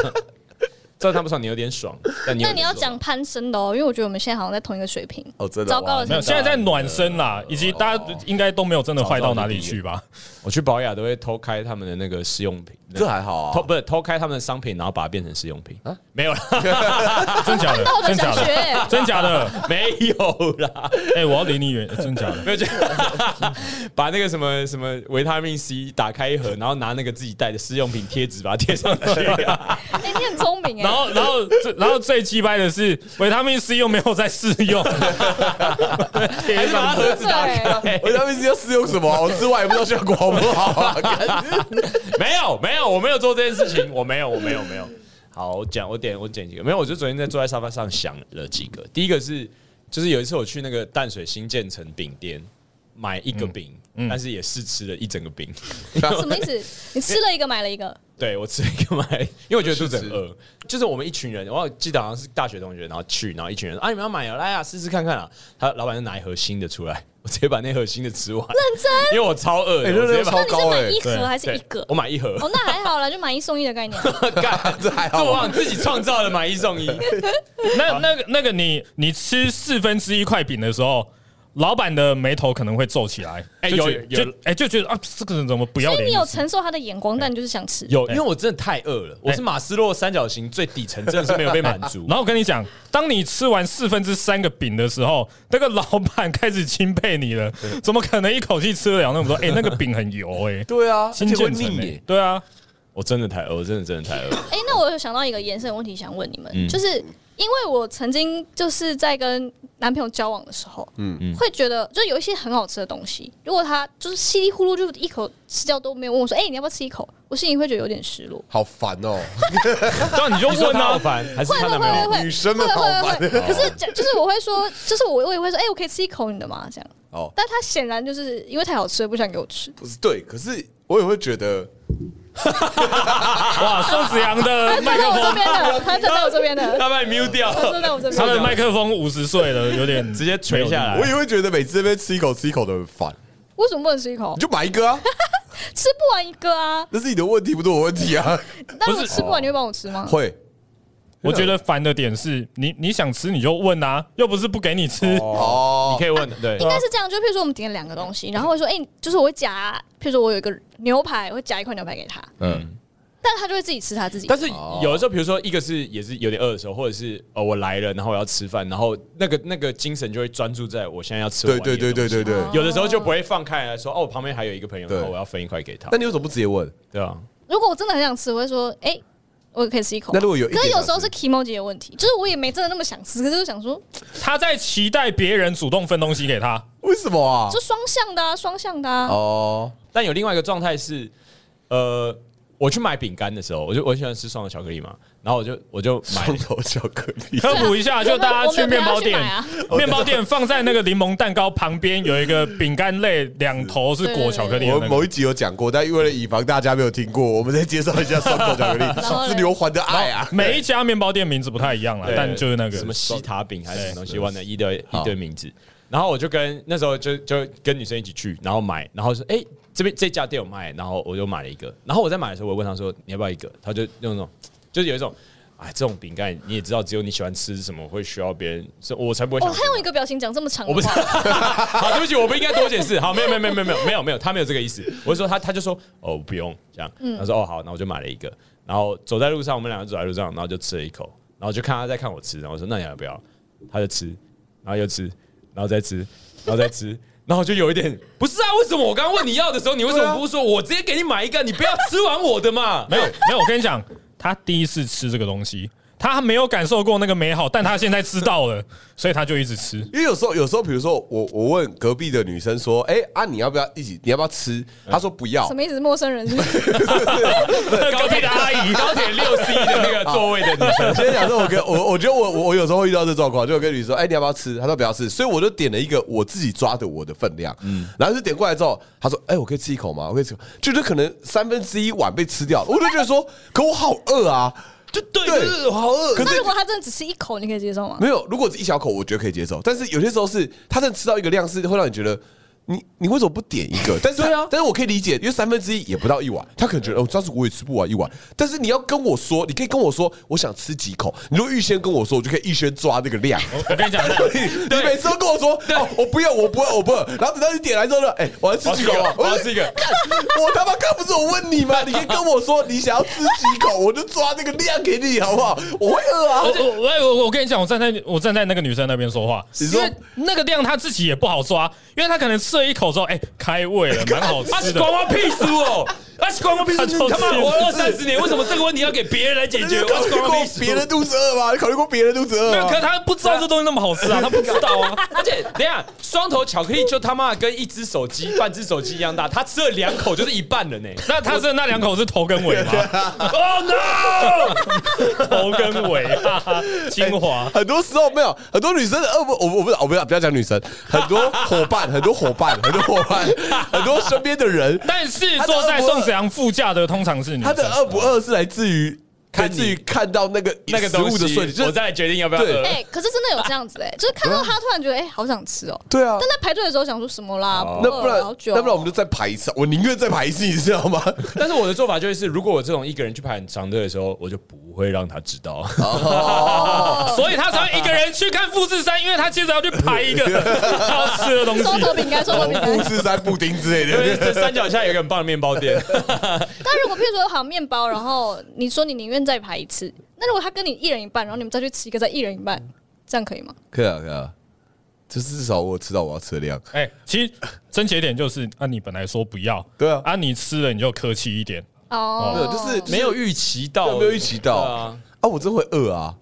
S3: 这他不爽，你有点爽，但你有
S2: 那你要
S3: 点爽
S2: 讲攀升的哦、因为我觉得我们现在好像在同一个水平。
S1: 哦真的
S2: 糟糕
S1: 哇
S2: 了，
S4: 没有，
S2: 糟
S4: 现
S2: 糕
S4: 在
S2: 了
S4: 在暖身
S1: 啊
S4: 啦，以及大家应该都没有真的坏到哪里去吧？
S3: 我去保雅都会偷开他们的那个试用品，
S1: 这还好
S3: 偷
S1: 啊，
S3: 不是偷开他们的商品，然后把它变成试 用品，
S4: 没有啦， 真假 的
S2: 道，德
S4: 真
S2: 想
S4: 假
S2: 学、
S4: 的，
S2: 哎
S4: 真假的。
S3: 没有啦，
S4: 哎，我要离你远，真假 的。
S3: 没有就 把那个什么什么维他命 C 打开一盒，然后拿那个自己带的试用品贴纸把它贴 上去，
S2: 哎、你很聪明哎、
S4: 然后，然后，最然后最鸡掰的是，维他命 C 又没有在试 用，
S3: 还是把它盒子打
S2: 对
S3: 开。
S1: 我他们是要试用什么？我吃完也不知道效果好不好 啊。
S3: 没有，没有，我没有做这件事情，我没有，我没有，没有。好，我讲，我点，我点几个。没有，我就昨天在坐在沙发上想了几个。第一个是，就是有一次我去那个淡水新建成饼店
S4: 嗯
S3: 买一个饼，但是也试吃了一整个饼。
S2: 什么意思？你吃了一个买了一个，
S3: 对我吃了一个麦， 因为我觉得肚子很
S1: 试吃
S3: 饿。就是我们一群人，我记得好像是大学同学，然后去，然后一群人啊，你们要买啊，来啊，试试看看啊。他老板就拿一盒新的出来， 我直接把那盒新的吃完，认真，因为我超饿的，
S1: 哎
S3: 我直接
S1: 那
S3: 把
S1: 超
S2: 哎那你是
S1: 高
S2: 买
S1: 欸
S2: 一盒
S4: 对
S2: 还是一个
S3: 对？ 我买一盒，
S2: 哦，那还好啦，就买一送一的概念。啊
S3: 干，
S1: 这还
S3: 这
S1: 好
S3: 我
S1: 吧，
S3: 想自己创造的买一送一，
S4: 那那个那个你你吃四分之一块饼的时候，老板的眉头可能会皱起来，
S3: 哎
S4: 就觉
S3: 有
S4: 得
S3: 有
S4: 就哎就觉得啊，这个人怎么不要
S2: 所以
S4: 脸
S2: 你？有承受他的眼光，但你就是想吃。
S3: 有，因为我真的太饿了，我是马斯洛三角形最底层，真的是没有被满足。
S4: 然后我跟你讲，当你吃完四分之三个饼的时候，那个老板开始钦佩你了，怎么可能一口气吃得了那么多？哎，那个饼很油哎，
S3: 对啊，
S4: 新
S3: 而且会
S4: 建成
S3: 腻
S4: 哎
S3: 耶，
S4: 对啊，
S3: 我真的太饿，我真的真的太饿。
S2: 哎、那我有想到一个延伸的问题想问你们，就是因为我曾经就是在跟男朋友交往的时候，嗯，会觉得就有一些很好吃的东西，如果他就是稀里糊涂就一口吃掉都没有问我说，哎、你要不要吃一口？我心里会觉得有点失落。
S1: 好烦哦，
S4: 那你就
S3: 你说
S4: 问
S3: 他好
S4: 啊，
S3: 烦，还是
S2: 会
S3: 他
S2: 会
S3: 男朋
S2: 会
S3: 友？
S2: 会，
S1: 女生们
S2: 会
S1: 好
S2: 会
S1: 烦
S2: 会会。可是就就是我会说，就是我我也会说，哎、我可以吃一口你的吗？这样。
S1: 哦
S2: 但他显然就是因为太好吃了，不想给我吃。
S1: 不是对，可是我也会觉得
S4: 哇，宋子阳的
S2: 他
S4: 麦
S2: 在
S4: 克
S2: 我这
S4: 风，
S2: 边的， 他站在我这边的，
S3: 他把你 mute 掉，
S2: 他站在我这边。
S4: 他的麦克风五十岁了，有点
S3: 直接垂下来
S1: 我也会觉得每次这边吃一口吃一口的很烦，
S2: 为什么不能吃一口
S1: 你？就买一个啊，
S2: 吃不完一个啊！
S1: 那是你的问题，不是我的问题 啊。
S2: 但如
S4: 不
S2: 果
S4: 是
S2: 吃不完，你会帮我吃吗？
S1: 会，
S4: 我觉得烦的点是你你想吃你就问啊，又不是不给你吃。
S1: 哦
S3: 你 可以问的，对
S1: 啊
S2: 应，该是这样，就譬如说我们点了两个东西，然后我说，哎、就是我会夹，譬如说我有一个牛排，我会夹一块牛排给他，
S1: 嗯，
S2: 但他就会自己吃他自己的。
S3: 但是
S1: 哦
S3: 有的时候，比如说，一个是也是有点饿的时候，或者是呃我来了，然后我要吃饭，然后那个那个精神就会专注在我现在要吃完
S1: 对
S3: 一个东
S1: 对
S3: 西。
S1: 对对对对。
S2: 哦
S3: 有的时候就不会放开来说，哦，我旁边还有一个朋友，
S1: 对
S3: 然后我要分一块给他
S1: 那。你为什么不直接问？
S3: 对啊，
S1: 嗯
S2: 如果我真的很想吃，我会说，哎、我可以吃一口吗。
S1: 那如果有一
S2: 可是
S1: 点
S2: 有时候
S1: 想
S2: 是 emoji 的问题，就是我也没真的那么想吃，可是就想说，
S4: 他在期待别人主动分东西给他，
S1: 为什么啊
S2: 就？双向的啊，双向的啊。
S1: 哦，
S3: 但有另外一个状态是，呃，我去买饼干的时候，我就我喜欢吃双层巧克力嘛，然后我就我就买
S1: 双头巧克力，
S3: 啊
S4: 科普一下，就大
S2: 我
S4: 家
S2: 们
S4: 去面
S2: 我们
S4: 包
S2: 要
S4: 店
S2: 买，啊，
S4: 面包店放在那个柠檬蛋糕旁边有一个饼干类，两头是裹巧克力的
S1: 我
S4: 那
S1: 们
S4: 个。
S1: 某一集有讲过，但为了以防大家没有听过，我们再介绍一下双头巧克
S2: 后
S1: 力
S2: 嘞
S1: 是刘环的爱啊。
S4: 每一家面包店名字不太一样了，
S3: 对
S4: 啊但就是那个
S3: 什么西塔饼还是什么东西，
S1: 对
S3: 忘了一堆
S1: 好
S3: 一堆名字。然后我就跟那时候就就跟女生一起去，然后买，然后说哎、这边这家店有卖，然后我就买了一个。然后我在买的时候，我问她说你要不要一个，她就用那种就是有一种哎这种饼干你也知道，只有你喜欢吃什么会需要别人，所以我才不会想
S2: 哦，
S3: 吃。
S2: 他用一个表情讲这么长的
S3: 我不是，
S2: 话，
S3: 好，对不起，我不应该多解释。好，没有，没有，没有，没有，没有，没有，没有，他没有这个意思。我是说他，他就说哦，不用这样。
S1: 嗯
S3: 他说哦，好，那我就买了一个。然后走在路上，我们两个走在路上，然后就吃了一口，然后就看他在看我吃，然后我说那你要不要？他就吃，然后又吃，然后再吃，然后再
S1: 嗯
S3: 吃。然后我就有一点不是啊，为什么我刚刚问你要的时候，你为什么不说我直接给你买一个，你不要吃完我的嘛？
S4: 没有没有，我跟你讲，他第一次吃这个东西，他没有感受过那个美好，但他现在知道了，所以他就一直吃。
S1: 因为有时候，有时候，比如说我，我问隔壁的女生说：“哎、啊，你要不要一起？你要不要吃？”她说：“不要
S2: 什。么意思？陌生人是不是
S3: 高铁的阿姨，高铁六 C 的那个座位的女生，
S1: 我今天假设我跟我，我觉得我我我有时候会遇到这状况，就我跟你说：“哎、你要不要吃？”她说：“不要吃。”所以我就点了一个我自己抓的我的分量，嗯，然后就点过来之后，她说：“哎、我可以吃一口吗？我可以吃一口。”就是可能三分之一碗被吃掉了，我就觉得说：“可我好饿啊！”
S3: 就对，
S1: 对
S3: 就是好 饿。
S1: 可
S2: 那
S1: 是
S2: 如果他真的只吃一口，你可以接受吗？
S1: 没有，如果是一小口，我觉得可以接受。但是有些时候是，他真的吃到一个量是会让你觉得，你你为什么不点一个？但是
S3: 对啊
S1: 但是我可以理解，因为三分之一也不到一碗，他可能觉得哦，这样子我也吃不完一碗。但是你要跟我说，你可以跟我说我想吃几口，你如果预先跟我说，我就可以预先抓那个量。
S4: 我跟你 讲，
S1: 你你每次都跟我说哦，我不要，我不要，我不要。然后等到你点来之后呢，哎，我要吃几口啊，
S3: 我要
S1: 就
S3: 吃一个
S1: 干我他妈刚不是我问你吗？你可以跟我说你想要吃几口，我就抓那个量给你，好不好？我会饿啊
S4: 我。哦我哎我我我跟你讲，我站在我站在那个女生那边说话，
S1: 你
S4: 因
S1: 说
S4: 为那个量她自己也不好抓，因为她可能吃了一口之后，哎、开胃了，蛮好
S3: 啊他是
S4: 吃的
S3: 关。我屁事 哦！他是关我屁事！
S4: 他
S3: 你
S4: 就是
S3: 他妈活了三十年，为什么这个问题要给别人来解
S1: 你
S3: 决？
S1: 有考虑
S3: 我是关
S1: 过
S3: 我屁事！
S1: 别人肚子饿吗？你考虑过别人肚子饿
S4: 没有，可
S1: 吗？
S4: 她不知道这东西那么好吃啊，她不知道啊。
S3: 而且等一下，双头巧克力就他妈的跟一只手机、半只手机一样大，他吃了两口就是一半 了呢。
S4: 那他是那两口是头跟尾 吗？Oh no！头哎跟尾，哈
S3: 啊
S4: 哈，精华。
S1: 很多时候没有很多女生的恶不，我我不我不要不要讲女生，很多伙伴，很多伙伴，很多伙伴，很多身边的人，
S4: 但是坐在宋子阳副驾的通常是女
S1: 他
S4: 生，
S1: 的饿不饿是来自于来
S3: 看你
S1: 自于看到 那个
S3: 那个
S1: 食
S3: 东
S1: 物
S3: 西
S1: 的瞬间，就
S3: 我
S1: 是
S3: 再来决定要不要
S1: 对
S3: 喝。
S2: 哎、可是真的有这样子哎、就是看到他突然觉得哎、好想吃哦、
S1: 对啊
S2: 但。在排队的时候想说什么啦？
S1: 那
S2: 饿
S1: 不然
S2: 好，久哦、
S1: 那不然我们就再排一次，我宁愿再排一次，你知道吗？
S3: 但是我的做法就是，如果我这种一个人去排很长队的时候，我就不会让他知道。
S4: 所以他才
S1: 哦
S4: 会一个人去看富士山，因为他接着要去排 一个他要吃的 东西。
S2: 收头饼干，收头饼干
S1: 富。士山布丁之类
S3: 因为
S1: 的，
S3: 这山脚下有一个很棒的面包店，
S2: 但如果譬如说好面包，然后你说你宁愿再排一次，那如果他跟你一人一半，然后你们再去吃一个，再一人一半，这样可以吗？
S1: 可以啊，可以啊。就是至少我吃到我要吃的量，
S4: 哎，其实症结点就是啊，你本来说不要，
S1: 对啊
S4: 啊，你吃了你就客气一点。
S2: 哦，
S1: 对就是
S3: 没有预期到，
S1: 有没有预期到
S3: 对啊
S1: 啊？我真会饿啊！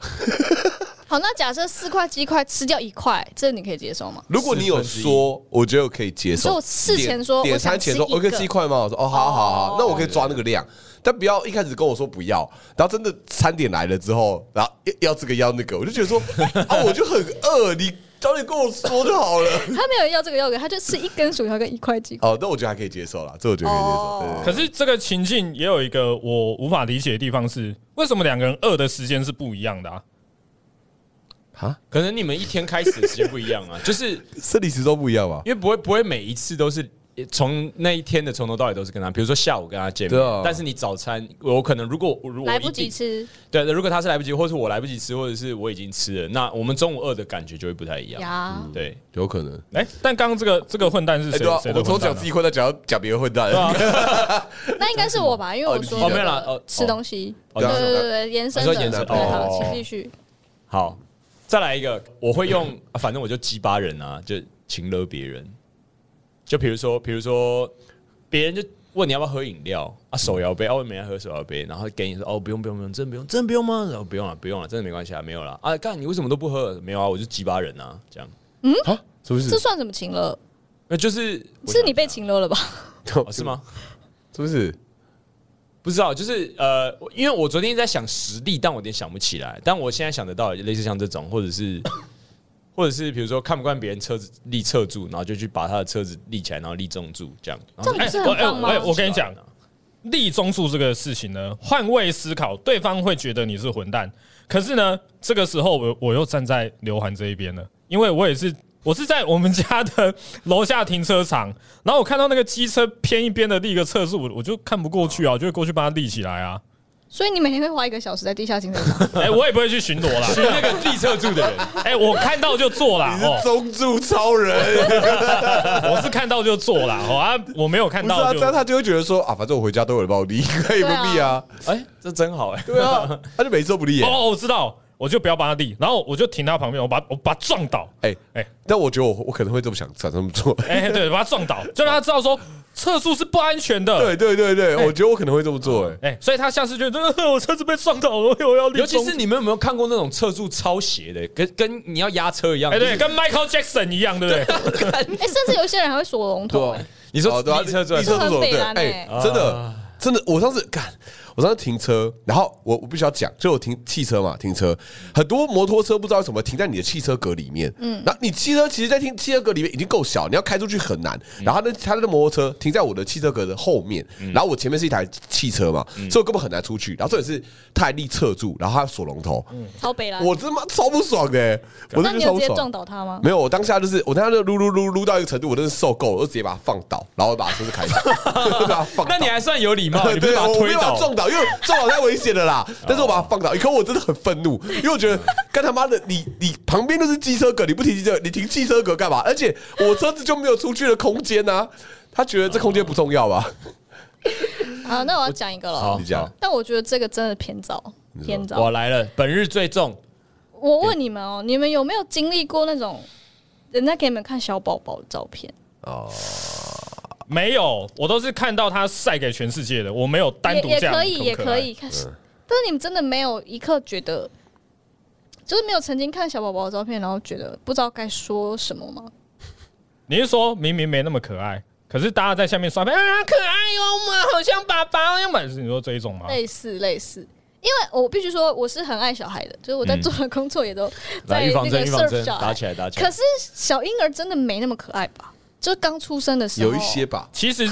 S2: 好，那假设四块鸡块吃掉一块，这你可以接受吗？
S1: 如果你有说，我觉得我可以接受。
S2: 所以我事前说
S1: 点
S2: 我
S1: 点
S2: 想
S1: 餐前说，
S2: 吃一
S1: 我可以
S2: 个
S1: 吃一块吗？我说哦，好好好，那我可以抓那个量，但不要一开始跟我说不要，然后真的餐点来了之后，然后要要这个要那个，我就觉得说 啊，我就很饿，你早点跟我说就好了。
S2: 他没有要这个要给，他就吃一根薯条跟一块鸡块。
S1: 哦，那我觉得还可以接受啦，这我觉得可以接受。
S2: 哦
S1: 对对
S4: 可是这个情境也有一个我无法理解的地方是，为什么两个人饿的时间是不一样的啊？
S3: 可能你们一天开始的时间不一样啊，就是因
S1: 对，生理时钟不一样嘛。
S3: 为不会不会每一次都是从那一天的从头到尾都是跟他，比如说下午跟他见面，
S1: 对啊
S3: 但是你早餐我可能如果如 果我
S2: 来
S3: 一
S2: 不及
S3: 定，
S2: 吃
S3: 对，如果他是来不及，或是我来不及吃，或者是我已经吃了，那我们中午饿的感觉就会不太一样，
S2: 呀，
S3: 对。
S1: 有可能。
S4: 哎，但刚刚这个这个混蛋是
S1: 哎，
S4: 谁
S1: 对啊？，
S4: 谁
S1: 我
S4: 的
S1: 们从
S4: 混蛋
S1: 讲
S4: 啊
S1: 自己混蛋讲到讲别人混蛋，
S2: 那应该是我吧，因为
S1: 哦
S2: 我
S1: 你
S2: 说
S1: 记得哦
S3: 没有啦哦
S2: 吃东西，
S3: 哦
S2: 对
S1: 你
S2: 对
S1: 说
S2: 对对，延伸
S3: 你说
S2: 的，
S3: 延伸
S2: 对，好，
S3: 哦
S2: 请继续。
S3: 好，再来一个，我会用，啊反正我就鸡巴人啊，就情勒别人。就比如说，比如说，别人就问你要不要喝饮料啊，手摇杯，啊，我也没人喝手摇杯，然后给你说，哦，不用不用不用，真的不用，真的不用吗？然哦后不用了，不用了，真的没关系啊，没有了啊，干你为什么都不喝？没有啊，我就鸡巴人啊，这样，
S1: 啊，什么
S2: 这算什么情了？
S3: 那就是
S2: 是你被情了了吧？
S3: 哦是？吗？
S1: 是不是？
S3: 不知道，就是呃，因为我昨天在想实力，但我有点想不起来。但我现在想得到，类似像这种，或者 是，或者是比如说看不惯别人车子立侧柱，然后就去把他的车子立起来，然后立中柱这样。然后
S2: 这样不是很棒吗
S4: 哎我哎我我跟你讲，立中柱这个事情呢，换位思考，对方会觉得你是混蛋。可是呢，这个时候我我又站在刘涵这一边了，因为我也是我是在我们家的楼下停车场，然后我看到那个机车偏一边的立个侧柱，我我就看不过去啊，我就会过去帮他立起来啊。
S2: 所以你每天会花一个小时在地下停车场，
S4: 哎、我也不会去巡逻啦。
S3: 是那个啊立侧柱的人，
S4: 哎、我看到就做啦
S1: 你，是
S4: 哦，
S1: 中柱超人，
S4: 我是看到就做啦，哦啊，我没有看
S1: 不是啊？
S4: 到
S1: 这
S4: 就
S1: 样他就会觉得说啊，反正我回家都有人帮我立，可以不立啊？
S3: 哎、这真好 哎、
S1: 对啊，他就每次都不立耶。
S4: 哦，我知道，我就不要帮他立，然后我就停他旁边，我把我把他撞倒，
S1: 哎
S4: 哎
S1: 哎，但我觉得我我可能会这么想，想这么做。
S4: 哎、对，把他撞倒，就让他知道说测速是不安全的。，
S1: 对对对对，我觉得我可能会这么做。哎，
S4: 哎、所以他下次就觉 得呃我车子被撞倒了，我要立
S3: 尤其
S4: 中
S3: 是你们有没有看过那种侧柱超斜的，跟跟你要压车一样？
S4: 哎、
S3: 就
S4: 对，
S3: 是
S4: 跟 Michael Jackson 一样，对不对？
S2: 哎，甚至有些人还会锁龙
S1: 对
S2: 头
S1: 啊，，
S3: 你
S1: 哦
S3: 说啊
S1: 对啊，
S3: 立侧柱还
S1: 立
S3: 是
S1: 车
S2: 这
S1: 助
S2: 很
S1: 手
S2: 北
S1: 对，
S2: 蓝
S1: 哎
S2: 欸，
S1: 真的真的，我上次干，我上次停车，然后我我必须要讲，就我停汽车嘛，停车很多摩托车不知道为什么停在你的汽车格里面，嗯，那你汽车其实，在停汽车格里面已经够小，你要开出去很难。
S3: 嗯
S1: 然后呢，他的摩托车停在我的汽车格的后面，然后我前面是一台汽车嘛，
S3: 嗯
S1: 所以我根本很难出去。然后这也是他还立侧住，然后他锁龙头，
S3: 嗯
S2: 超北蓝。
S1: 我他妈超不爽的、欸，我
S2: 那
S1: 真的
S2: 你
S1: 超
S2: 有
S1: 不
S2: 直接
S1: 爽
S2: 撞。倒他吗？
S1: 没有，我当下就是我当下就撸撸撸撸到一个程度，我真的受够了，我就直接把它放倒，然后我把车子开 走，就把它放倒。
S3: 那 你还算有礼 貌，你不是
S1: 对，啊
S3: 把他
S1: 我没
S3: 推
S1: 有把
S3: 倒哦
S1: 它？撞倒，因为撞倒太危险了 啦。但是我把它放倒，可我真的很愤怒，因为我觉得干他妈的，你你旁边都是机车格，你不停机车，你停汽车格干嘛？而且我车子就没有出去的空间呐、他觉得这空间不重要吧？
S2: 好，啊那我要讲一个了
S3: 好。
S1: 你讲
S2: 但我觉得这个真的偏早，偏早
S3: 我。来了，本日最重。
S2: 我问你们哦，你们有没有经历过那种人家给你们看小宝宝的照片？
S4: 没有，我都是看到他晒给全世界的，我没有单独
S2: 也也
S4: 这样
S2: 可以，
S4: 很
S2: 也
S4: 可
S2: 可
S4: 爱
S3: 嗯
S2: 以。看，但是你们真的没有一刻觉得，就是没有曾经看小宝宝的照片，然后觉得不知道该说什么吗？
S4: 你是说明明没那么可爱，可是大家在下面刷屏，啊，可爱哦，我们好像爸爸，哦要么是你说这一种吗？
S2: 类似类似。因为我必须说，我是很爱小孩的，就是我在
S3: 嗯
S2: 做的工作也都
S3: 来
S2: 在
S3: 预
S2: 那
S3: 防针，
S2: 个
S3: 预防针，
S2: serve 小
S3: 打
S2: 孩
S3: 起。来，打起来
S2: 可。是小婴儿真的没那么可爱吧？就刚出生的时候，
S1: 有一些吧，
S4: 其实，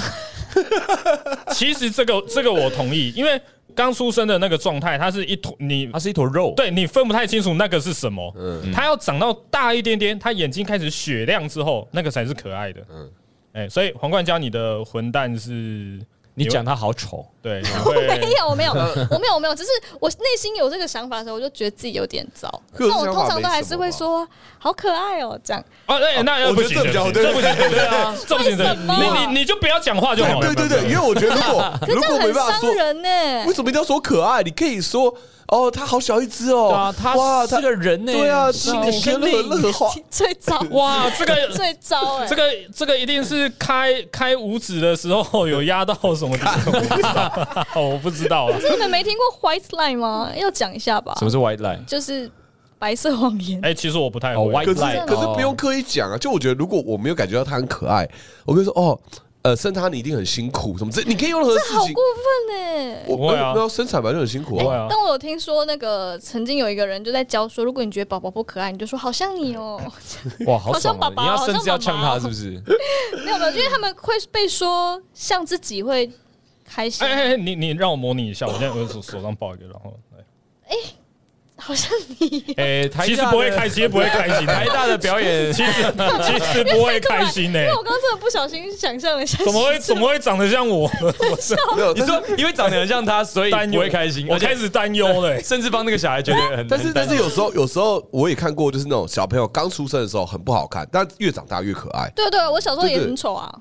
S4: 其实这个这个我同意，因为刚出生的那个状态，它是一坨你
S3: 它。是一坨肉，
S4: 对你分不太清楚那个是什么，
S1: 嗯
S4: 它要长到大一点点，它眼睛开始雪亮之后，那个才是可爱的。
S1: 嗯
S4: 哎、所以皇冠教你的混蛋是，
S3: 你讲它好丑，
S4: 对，你
S2: 没
S4: 会
S2: 有，我没有，我没有，我没有，只是我内心有这个想法的时候，我就觉得自己有点糟。
S1: 可是
S2: 但我
S1: 想法
S2: 通常
S1: 没
S2: 都还
S1: 什
S2: 是
S1: 么
S2: 会
S1: 吧
S2: 说好可爱哦、这样。
S4: 哦，那那那
S1: 我觉
S4: 不
S1: 得这比
S4: 行，
S1: 较好
S4: 这不行，这不行，啊，这不行，
S2: 为
S4: 这
S2: 什
S4: 不
S2: 么
S4: 行你你你就不要讲话就好了。
S1: 对对对，因为我觉得如果
S2: 可是
S1: 如
S2: 这
S1: 果
S2: 样
S1: 没
S2: 很
S1: 办法说
S2: 伤，人呢、
S1: 为什么一定要说可爱？你可以说哦，他好小一只哦，
S3: 对啊，它是个人呢，
S1: 对啊，
S3: 是
S1: 是
S3: 个
S1: 你跟任
S3: 生
S1: 何任何
S3: 命。
S1: 话，
S2: 最 糟，
S4: 哇，这个
S2: 最糟哎、
S4: 这个这个一定是开开五指的时候有压到什么地方，我不知道啊。
S2: 你们没听过 White Line 吗？要讲一下吧
S3: 什，么是 white line？
S2: 就是白色谎言。
S4: 哎，其实我不太
S3: 哦
S4: 会，
S1: 可
S3: ，white
S1: 是
S3: line，
S1: 可是不用刻意讲啊。就我觉得，如果我没有感觉到他很可爱，我跟你说哦，呃，生他你一定很辛苦什么之类，你可以用任何
S2: 这
S1: 事
S2: 好
S1: 情
S2: 过。哎分哎、
S1: 我
S4: 不会啊
S1: 没有生产本来就很辛苦
S4: 不会
S1: 啊。
S4: 啊
S2: 但我有听说，那个曾经有一个人就在教说，如果你觉得宝宝不可爱，你就说好像你哦、
S3: 哇，好
S2: 好
S3: 爽
S2: 像
S3: 啊！
S2: 爸爸
S3: 你要
S2: 好
S3: 甚
S2: 像
S3: 至要
S2: 妈妈
S3: 呛
S2: 哦
S3: 它，是不是？
S2: 没有没有，因为他们会被说像自己会开心，
S4: 哎哎，你你让我模拟一下，我现在我手手上抱一个，然后
S2: 好像你
S3: 哎，
S4: 来
S3: 台
S4: 其实
S3: 大
S4: 不会
S3: 的
S4: 开， 其实不会开心的，
S3: 台大的表 演
S4: 其实其实不会开心 呢、
S2: 因为我刚刚真的不小心啊想象了一下，
S4: 怎么会怎么会长得像我？
S1: 没有，
S3: 你说因为长得很像他，所以
S4: 担
S3: 不
S4: 忧
S3: 会开心，
S4: 我
S3: 而且
S4: 开始担忧 了、欸
S3: 甚至帮那个小孩觉得 很，
S1: 但是
S3: 很
S1: 但
S3: 担
S1: 是有时候有时候我也看过，就是那种小朋友刚出生的时候很不好看，但越长大越可爱。
S2: 对对，我小时候也
S1: 对对
S2: 很丑啊。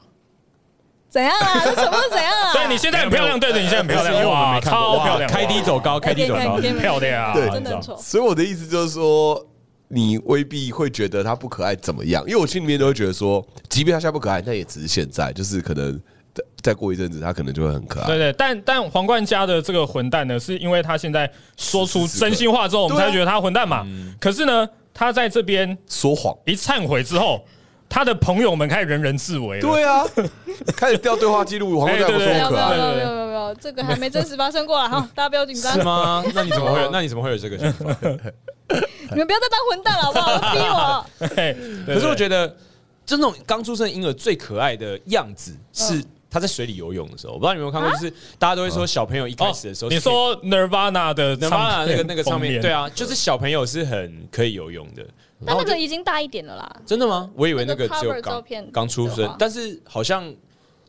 S2: 怎样啊？这什么是怎样啊？
S4: 对你现在很漂亮，对对，你现在很漂
S3: 不是因
S4: 亮，
S3: 为我们
S4: 哇，
S3: 没看过
S4: 超漂亮，
S3: 哇开低走高，开低走高
S2: 我给你看给你看
S4: 漂亮啊，
S1: 对
S2: 真的很丑。
S1: 所以我的意思就是说，你未必会觉得他不可爱怎么样，因为我心里面都会觉得说，即便他现在不可爱，那也只是现在，就是可能再再过一阵子，他可能就会很可爱
S4: 对。对，但但皇冠家的这个混蛋呢，是因为他现在说出真心话之后，我们才觉得他混蛋嘛。
S3: 嗯
S4: 可是呢，他在这边
S1: 说谎，
S4: 一忏悔之后，他的朋友们开始人人自危了。
S1: 对啊，开始调对话记录，黄冠
S4: 哎
S1: 我
S4: 对
S1: 说
S4: 对
S2: 没
S1: 我
S2: 有
S1: 可
S2: 没有
S1: 爱
S2: 没
S4: 对。
S2: 有
S4: 对
S2: 没
S4: 对
S2: 有没有没有，这个还没真实发生过了哈，大家不要紧张
S3: 是，吗？那你怎么会有？那你怎么会有这个想法？
S2: 你们不要再当混蛋了好不好？逼我，
S4: 嘿，可
S3: 可是我
S4: 得
S3: 觉得，就那种刚出生的婴儿最可爱的样子是他在水里游泳的时候。我不知道你有没有看过，就是大家都会说小朋友一开
S4: 哦
S3: 始的时候，
S4: 你说 Nirvana 的
S3: n i r v a
S4: 唱
S3: n 那
S4: 片
S3: 个那个上面，
S4: 封
S3: 对，啊，就是小朋友是很可以游泳的。然
S2: 但那
S3: 后我就
S2: 个已经大一点了啦。
S3: 真的吗？我以为那个只
S2: 那
S3: 有
S2: 个 cover 照
S3: 刚
S2: 片
S3: 刚出
S2: 的
S3: 生
S2: 话，
S3: 但是好像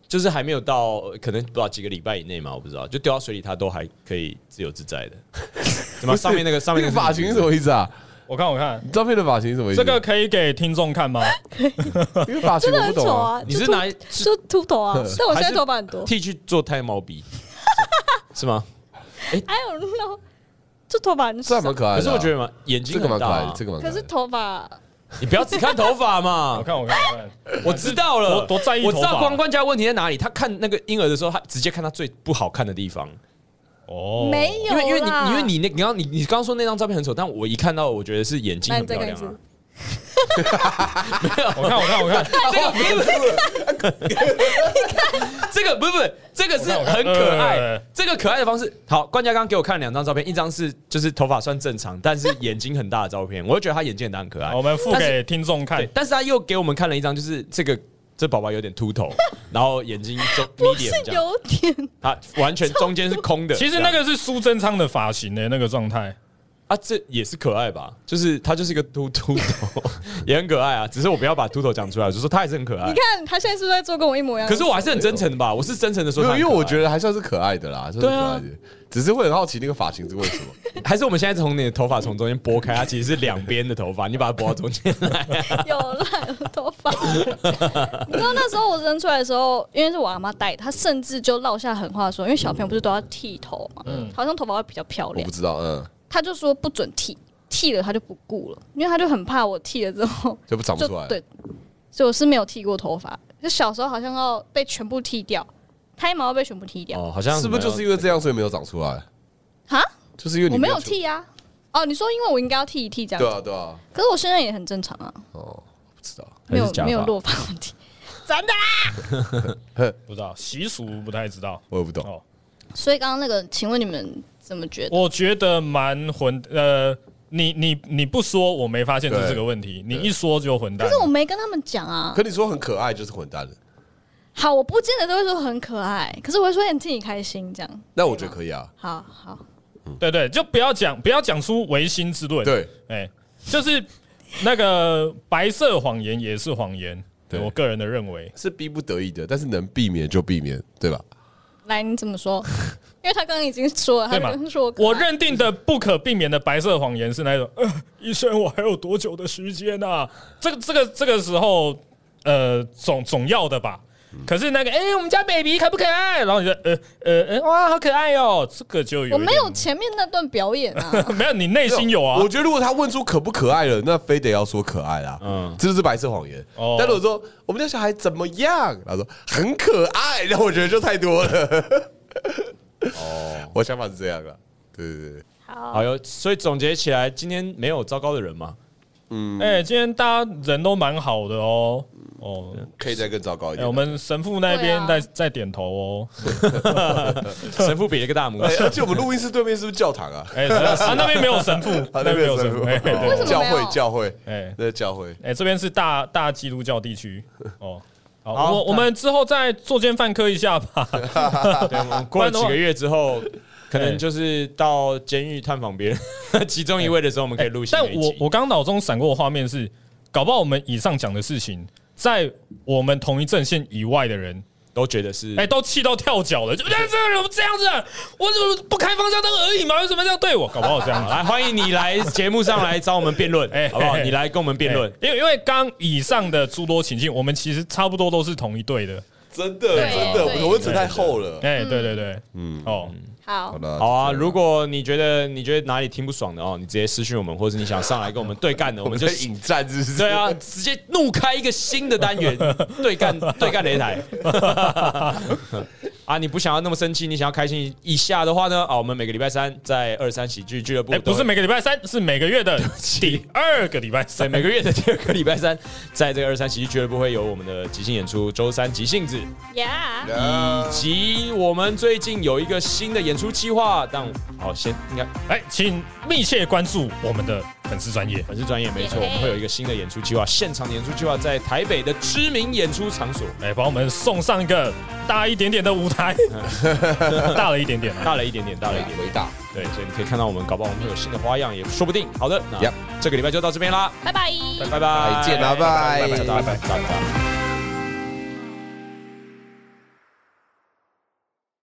S3: 就是还没有到，呃可能不知道几个礼拜以内嘛，我不知道。就掉到水里，它都还可以自由自 在的。怎么上面那个上面
S1: 那个
S3: 是
S1: 发型是什么意思啊？
S4: 我看我看
S1: 照片的发型是什么意思？
S4: 这个可以给听众看吗？
S1: 因为发型
S2: 真的
S1: 我
S2: 很
S1: 不
S2: 丑
S1: 懂啊。
S2: 啊！
S3: 你是
S2: 就秃
S3: 拿是
S2: 就秃头啊？但我现
S3: 还
S2: 在
S3: 是
S2: 头发很多。
S3: 剃去做太 毛笔，是是吗？
S2: I don't know，就头发很
S1: 这
S2: 少
S1: 还。蛮可爱的啊、
S3: 可是我觉得嘛，眼睛
S1: 这个蛮
S3: 很
S1: 可
S3: 大
S1: 爱的
S3: 啊，
S1: 这个蛮可
S2: 可
S1: 爱
S2: 是
S1: 的。
S2: 头发
S3: 你不要只看头发 嘛
S4: 我。看我看我看，
S3: 我知道
S4: 多
S3: 了，
S4: 多在意
S3: 我知
S4: 头
S3: 道
S4: 发
S3: 关关家问题在哪里。他看那个婴儿的时候，他直接看他最不好看的地方，
S4: 哦，
S2: 没有
S3: 因
S2: 啦，
S3: 为因为你因为你那你刚你你刚说那张照片很丑，但我一看到，我觉得是眼睛
S2: 那
S3: 很
S2: 你再
S3: 漂
S2: 看一
S3: 亮
S2: 次
S3: 啊。
S4: 我看我看我看，
S3: 这个不是不是， 这个不是不是，这个是很可爱
S4: 呃，
S3: 这个可爱的方式。好，关家刚刚给我看两张照片，一张是就是头发算正常，但是眼睛很大的照片，我就觉得他眼睛很大很可爱
S4: 好。我们付
S3: 但是
S4: 给听众看
S3: 对，。但是他又给我们看了一张，就是这个这宝宝有点秃头，然后眼睛中
S2: 不是
S3: medium 这样，
S2: 有点
S3: 他完全中间是空的。
S4: 其实
S3: 这
S4: 那
S3: 样
S4: 个是苏贞昌的发型的那个状态。
S3: 啊，这也是可爱吧？就是他就是一个秃秃头，也很可爱啊。只是我不要把秃头讲出来，我就说他还是很可爱
S2: 你。看他现在是不是在做跟我一模一样的
S3: 可
S2: 事？
S3: 是我还是很真诚的吧，我是真诚的说
S1: 没
S3: 他
S1: 有，
S3: 很可爱，
S1: 因为我觉得还算是可爱的啦，算是可
S3: 对啊
S1: 爱的，只是会很好奇那个发型是为什么。
S3: 还是我们现在从你的头发从中间拨开，它其实是两边的头发，你把它拨到 中间来。
S2: 有啦，有头发。 你知道那时候我扔出来的时候，因为是我阿妈带的，她甚至就落下狠话说，因为小朋友不是都要剃头嘛，好像头发会比较漂
S1: 我
S2: 亮
S1: 不。知道，嗯，
S2: 她就说不准剃，剃了她就不顾了，因为她就很怕我剃了之后
S1: 就不长不
S2: 就
S1: 出来。
S2: 对，所以我是没有剃过头发，就小时候好像要被全部剃掉，胎毛要被全部剃掉
S3: 哦，好像
S1: 是不是就是因为这样，所以没有长出来？
S2: 哈，
S1: 就是因为你
S2: 我没有
S1: 有去。
S2: 剃啊。哦，你说因为我应该要剃一剃这样
S1: 对
S2: 子，
S1: 啊，对啊，
S2: 可是我现在也很正常啊，
S1: 哦，不知道。
S2: 没
S3: 还
S2: 有
S3: 是假发
S2: 没有落发问题。真的啦。
S4: 不知道习俗不太知道
S1: 我也不懂。
S4: 哦。
S2: 所以刚刚那个，请问你们怎么觉得？
S4: 我觉得蛮混，呃，你你你不说我没发现这是个问题，你一说就混蛋
S2: 可是。我没跟他们讲啊。
S1: 可你说很可爱就是混蛋了，
S2: 好，我不见得都会说很可爱，可是我会说很替你开心这样。
S1: 那我觉得可以啊。
S2: 好好，
S4: 对对，就不要讲不要讲出唯心之论。，
S1: 对，
S4: 哎，就是那个白色谎言也是谎言，对
S1: 对
S4: 我个人的认为。
S1: 是逼不得已的，但是能避免就避免，对吧？
S2: 来你怎么 说？因为他刚刚已经说了，他
S4: 对嘛
S2: 刚刚说我可爱
S4: 我认定的不可避免的白色谎言是那种，呃，医生，我还有多久的时间啊？这个、这个、这个时候，呃，总总要的吧。可是那个，哎、我们家 baby 可不可爱？然后你就，呃呃呃，哇，好可爱哦、这个就有一
S2: 我没有
S4: 点，
S2: 前面那段表演 啊。
S4: 没有，你内心有啊
S1: 我。觉得如果他问出可不可爱了，那非得要说可爱啦。嗯
S3: 嗯，
S1: 这就是白色谎言。
S4: 哦
S1: 但如果说我们家小孩怎么样，他说很可爱，那我觉得就太多了。哦， 我想法是这样的。对对对，
S2: 好
S3: 好，有，所以总结起来，今天没有糟糕的 人嘛？
S4: 哎、今天大家人都蛮好的哦。哦，
S1: 可以再更糟糕一
S4: 哎、
S1: 点。
S4: 我们神父那边
S2: 对
S4: 在、
S2: 啊
S4: 在点头哦。
S3: 神父比了一个大拇
S1: 哎，
S3: 指，
S1: 而且我们录音室对面是不是教堂啊？
S4: 哎、他、啊、那边没有神父，
S1: 啊，那边有神父
S4: 哎、对
S2: 为什么没有
S1: 教会教会，
S4: 哎、
S1: 那是教会。
S4: 哎、这边是大大基督教地区哦。好，
S3: 好
S4: 我我们之后再作奸犯科一下吧。
S1: 哎
S3: 过了几个月之后，可能就是到监狱探访别人其中一位的时候，我们可以 哎录新
S4: 但
S3: 的一
S1: 哎
S4: 我
S3: 集。
S4: 我刚脑中闪过的画面是，搞不好我们以上讲的事情，在我们同一阵线以外的人，
S3: 都觉得是
S4: 哎、都气到跳脚了，就哎这个人这样子、啊，我怎么不开方向灯而已嘛？为什么这样对我？搞不好这样
S3: 好
S4: 啊。
S3: 来，欢迎你来节目上来找我们辩论，
S4: 哎
S3: 好不好？
S4: 嘿嘿
S3: 你来跟我们 辩论
S4: 哎，因为因为刚以上的诸多情境，我们其实差不多都是同一队的。
S1: 真的
S2: 对
S1: 真的，我
S2: 对
S1: 们文字太厚了。
S4: 哎、对对对，嗯，哦，
S2: 好
S1: 好，了，
S3: 好啊，如果你觉得你觉得哪里听不爽的哦，你直接私讯我们，或者是你想上来跟我们 对干的，我
S1: 我
S3: 们
S1: 们
S3: 就
S1: 在引战是不是？
S3: 对啊，直接怒开一个新的 单元，对干对干擂台。 啊，你不想要那么生气，你想要开心一下的话呢？啊，我们每个礼拜三在二三喜剧俱乐部
S4: 哎、
S3: 都会，
S4: 不是每个礼拜三，是每个月的第二个礼拜
S3: 对，
S4: 三。
S3: 每个月的第二个礼拜三，在这个二三喜剧俱乐部会有我们的即兴演出，周三即兴子，
S2: 呀，
S1: 啊
S3: 以及我们最近有一个新的演出计划，但好先应该
S4: 哎，请密切关注我们的粉丝专业。
S3: 粉丝专业没错，
S2: 耶
S3: 我们会有一个新的演出计划，现场演出计划在台北的知名演出场所，
S4: 哎，把我们送上一个大一点点的舞台，大了一点点啊。
S3: 大了一点点，大了一点点。
S1: 伟大，
S3: 对，所以你可以看到我们，搞不好我们会有新的花样，也说不定。好的，那
S1: Yep
S3: 这个礼拜就到这边啦，
S2: 拜拜。
S3: 拜拜，
S1: 再见啦拜
S3: 拜拜拜拜拜拜。